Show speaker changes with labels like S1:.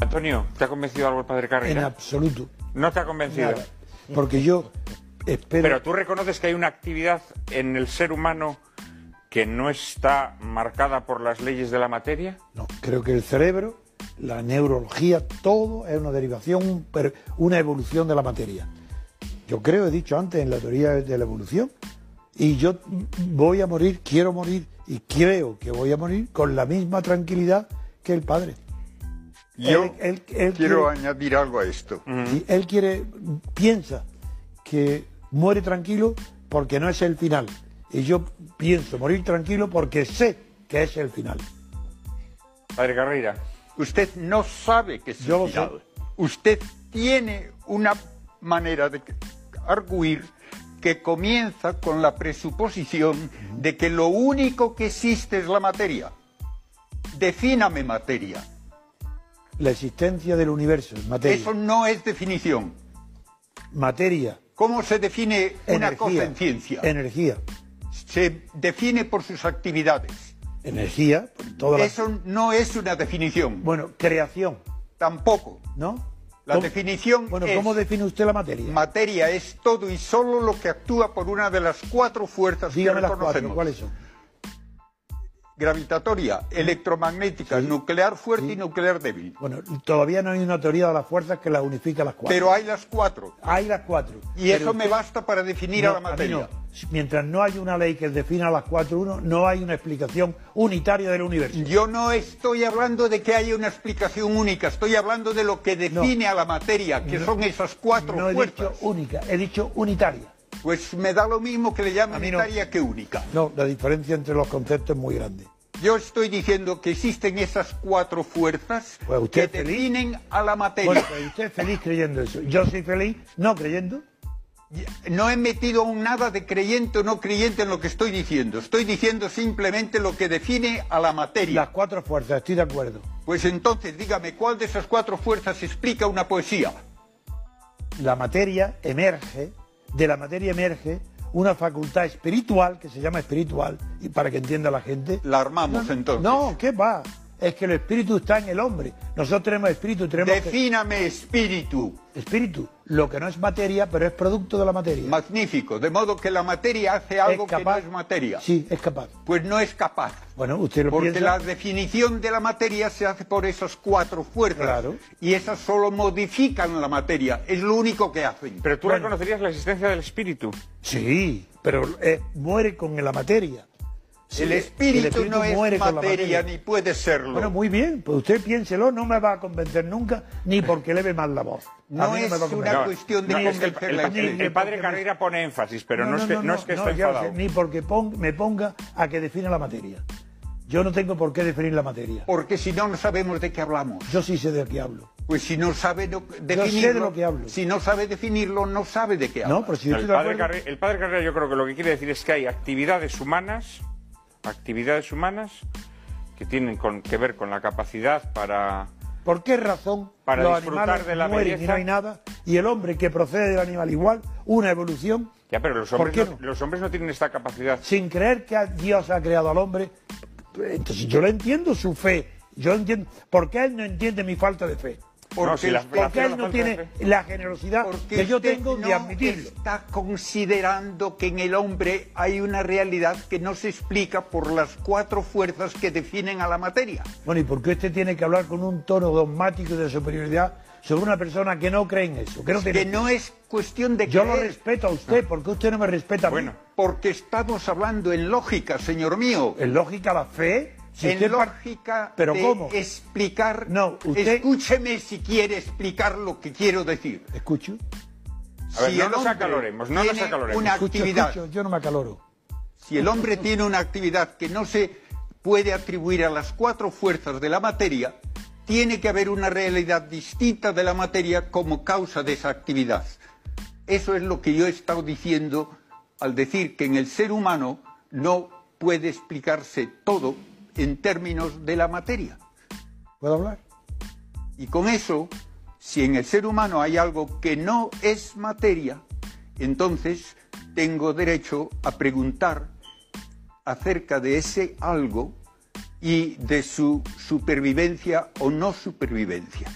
S1: Antonio, ¿te ha convencido algo el padre Carrera?
S2: En absoluto.
S1: No te ha convencido.
S2: Nada. Porque yo espero...
S1: Pero tú reconoces que hay una actividad en el ser humano que no está marcada por las leyes de la materia.
S2: No, creo que el cerebro, la neurología, todo es una derivación, un per- una evolución de la materia. Yo creo, he dicho antes, en la teoría de la evolución. Y yo voy a morir, quiero morir y creo que voy a morir con la misma tranquilidad que el padre.
S3: Yo
S2: Él- él- él
S3: quiero
S2: quiere-
S3: añadir algo a esto.
S2: Y él quiere, piensa que muere tranquilo porque no es el final. Y yo pienso morir tranquilo porque sé que es el final.
S1: Padre Carrera.
S3: Usted no sabe que es
S2: Yo lo
S3: el final. Usted tiene una manera de arguir que comienza con la presuposición
S2: Mm.
S3: de que lo único que existe es la materia. Defíname materia.
S2: La existencia del universo, materia.
S3: Eso no es definición.
S2: Materia,
S3: ¿Cómo se define una
S2: energía,
S3: cosa en ciencia?
S2: Energía.
S3: Se define por sus actividades.
S2: Energía, toda la-
S3: Eso no es una definición.
S2: Bueno, creación,
S3: Tampoco.
S2: ¿no?
S3: La
S2: ¿Cómo-
S3: definición
S2: Bueno,
S3: es-
S2: ¿cómo define usted la materia?
S3: Materia es todo y solo lo que actúa por una de las cuatro fuerzas
S2: Dígame
S3: que
S2: las cuatro,
S3: reconocemos.
S2: ¿cuáles son?
S3: Gravitatoria, electromagnética, nuclear fuerte y nuclear débil.
S2: Bueno, todavía no hay una teoría de las fuerzas que las unifica las cuatro.
S3: Pero hay las cuatro.
S2: hay las cuatro.
S3: Y eso me basta para definir
S2: No,
S3: a la
S2: mí no.
S3: materia.
S2: Mientras no hay una ley que defina las cuatro uno, no hay una explicación unitaria del universo.
S3: Yo no estoy hablando de que haya una explicación única, estoy hablando de lo que define a la materia, que son esas cuatro
S2: No he
S3: fuerzas.
S2: dicho única, he dicho unitaria.
S3: Pues me da lo mismo que le
S2: A
S3: llamen
S2: mí no.
S3: materia que única.
S2: No, la diferencia entre los conceptos es muy grande.
S3: Yo estoy diciendo que existen esas cuatro fuerzas
S2: Pues usted
S3: que
S2: feliz.
S3: definen a la materia.
S2: Bueno, pero usted es feliz creyendo eso. Yo soy feliz no creyendo.
S3: No he metido aún nada de creyente o no creyente en lo que estoy diciendo. Estoy diciendo simplemente lo que define a la
S2: Las
S3: materia.
S2: cuatro fuerzas, estoy de acuerdo.
S3: Pues entonces dígame, ¿cuál de esas cuatro fuerzas explica una poesía?
S2: La materia emerge, de la materia emerge una facultad espiritual que se llama espiritual, y para que entienda la gente.
S3: La armamos entonces.
S2: No, ¿qué va? Es que el espíritu está en el hombre. Nosotros tenemos espíritu, tenemos... que-
S3: Defíname espíritu.
S2: espíritu, lo que no es materia, pero es producto de la materia.
S3: Magnífico. De modo que la materia hace algo
S2: Es
S3: que no
S2: capaz-
S3: es materia.
S2: Sí, es capaz.
S3: Pues no es capaz.
S2: Bueno, usted lo
S3: Porque
S2: piensa.
S3: la definición de la materia se hace por esas cuatro fuerzas.
S2: Claro.
S3: Y esas solo modifican la materia. Es lo único que hacen.
S1: Pero tú
S2: Bueno.
S1: reconocerías la existencia del espíritu.
S2: Sí, pero eh, muere con la materia. Sí,
S3: el, espíritu no es
S2: muere con la
S3: materia ni puede serlo.
S2: Bueno, muy bien, pues usted piénselo, no me va a convencer nunca, ni porque leve mal la voz. A
S3: No
S2: mí
S3: es
S2: me va a convencer.
S3: una cuestión de
S1: es que el,
S3: convencer
S1: el-
S3: la
S1: el-
S3: gente.
S1: el padre
S2: Porque-
S1: Carrera pone énfasis, pero no, es que, no, es que esté
S2: ya lo sé,
S1: enfadado.
S2: ni porque pon- me ponga a que defina la materia. Yo no tengo por qué definir la materia.
S3: Porque si no, no sabemos de qué hablamos.
S2: Yo sí sé de qué hablo.
S3: Pues si no sabe no- definirlo,
S2: sé de lo que hablo.
S3: si no sabe definirlo, no sabe de qué habla.
S2: No, pues, pero si yo
S1: El
S2: estoy de
S1: padre,
S2: acuerdo...
S1: Carre- el padre Carrera yo creo que lo que quiere decir es que hay actividades humanas, actividades humanas que tienen con- que ver con la capacidad para...
S2: ¿Por qué razón
S1: Para
S2: los
S1: disfrutar
S2: animales
S1: de la
S2: mueren y
S1: belleza?
S2: no hay nada? Y el hombre que procede del animal igual, una evolución,
S1: Ya, pero los
S2: ¿Por
S1: hombres,
S2: qué
S1: no,
S2: no?
S1: los hombres no tienen esta capacidad.
S2: sin creer que Dios ha creado al hombre. Entonces yo le entiendo su fe. Yo entiendo. ¿Por qué él no entiende mi falta de fe?
S3: Porque
S1: No, si la-
S3: usted-
S1: la-
S2: ¿Por qué él no
S1: falta de
S2: tiene
S1: fe.
S2: la generosidad
S3: porque
S2: que yo
S3: usted
S2: tengo
S3: no
S2: de admitirlo?
S3: está considerando que en el hombre hay una realidad que no se explica por las cuatro fuerzas que definen a la materia.
S2: Bueno, ¿y por qué usted tiene que hablar con un tono dogmático y de superioridad sobre una persona que no cree en eso? Que no tiene
S3: Que no es cuestión de
S2: Yo lo
S3: creer,
S2: respeto a usted, ¿por qué usted no me respeta a mí?
S1: Bueno,
S3: porque estamos hablando en lógica, señor mío.
S2: En lógica la fe... Eh, si
S3: en
S2: usted par-
S3: lógica
S2: ¿Pero
S3: de
S2: cómo?
S3: explicar.
S2: No, usted-
S3: Escúcheme si quiere explicar lo que quiero decir.
S2: Escucho.
S1: A ver, no
S3: el
S1: nos
S3: hombre
S1: acaloremos, no nos
S3: tiene
S1: acaloremos.
S3: Una
S2: Escucho,
S3: actividad.
S2: escucho, yo no me acaloro.
S3: Si el hombre tiene una actividad que no se puede atribuir a las cuatro fuerzas de la materia, tiene que haber una realidad distinta de la materia como causa de esa actividad. Eso es lo que yo he estado diciendo al decir que en el ser humano no puede explicarse todo en términos de la materia.
S2: ¿Puedo hablar?
S3: Y con eso, si en el ser humano hay algo que no es materia, entonces tengo derecho a preguntar acerca de ese algo y de su supervivencia o no supervivencia.